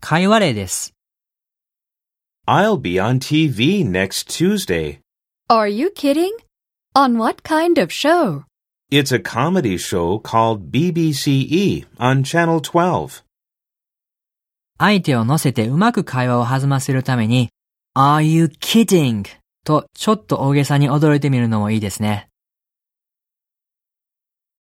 会話例です。 I'll be on TV next Tuesday. Are you kidding? On what kind of show? It's a comedy show called BBCE E on Channel 12. 相手を乗せてうまく会話を弾ませるために、Are you kidding? とちょっと大げさに驚いてみるのもいいですね。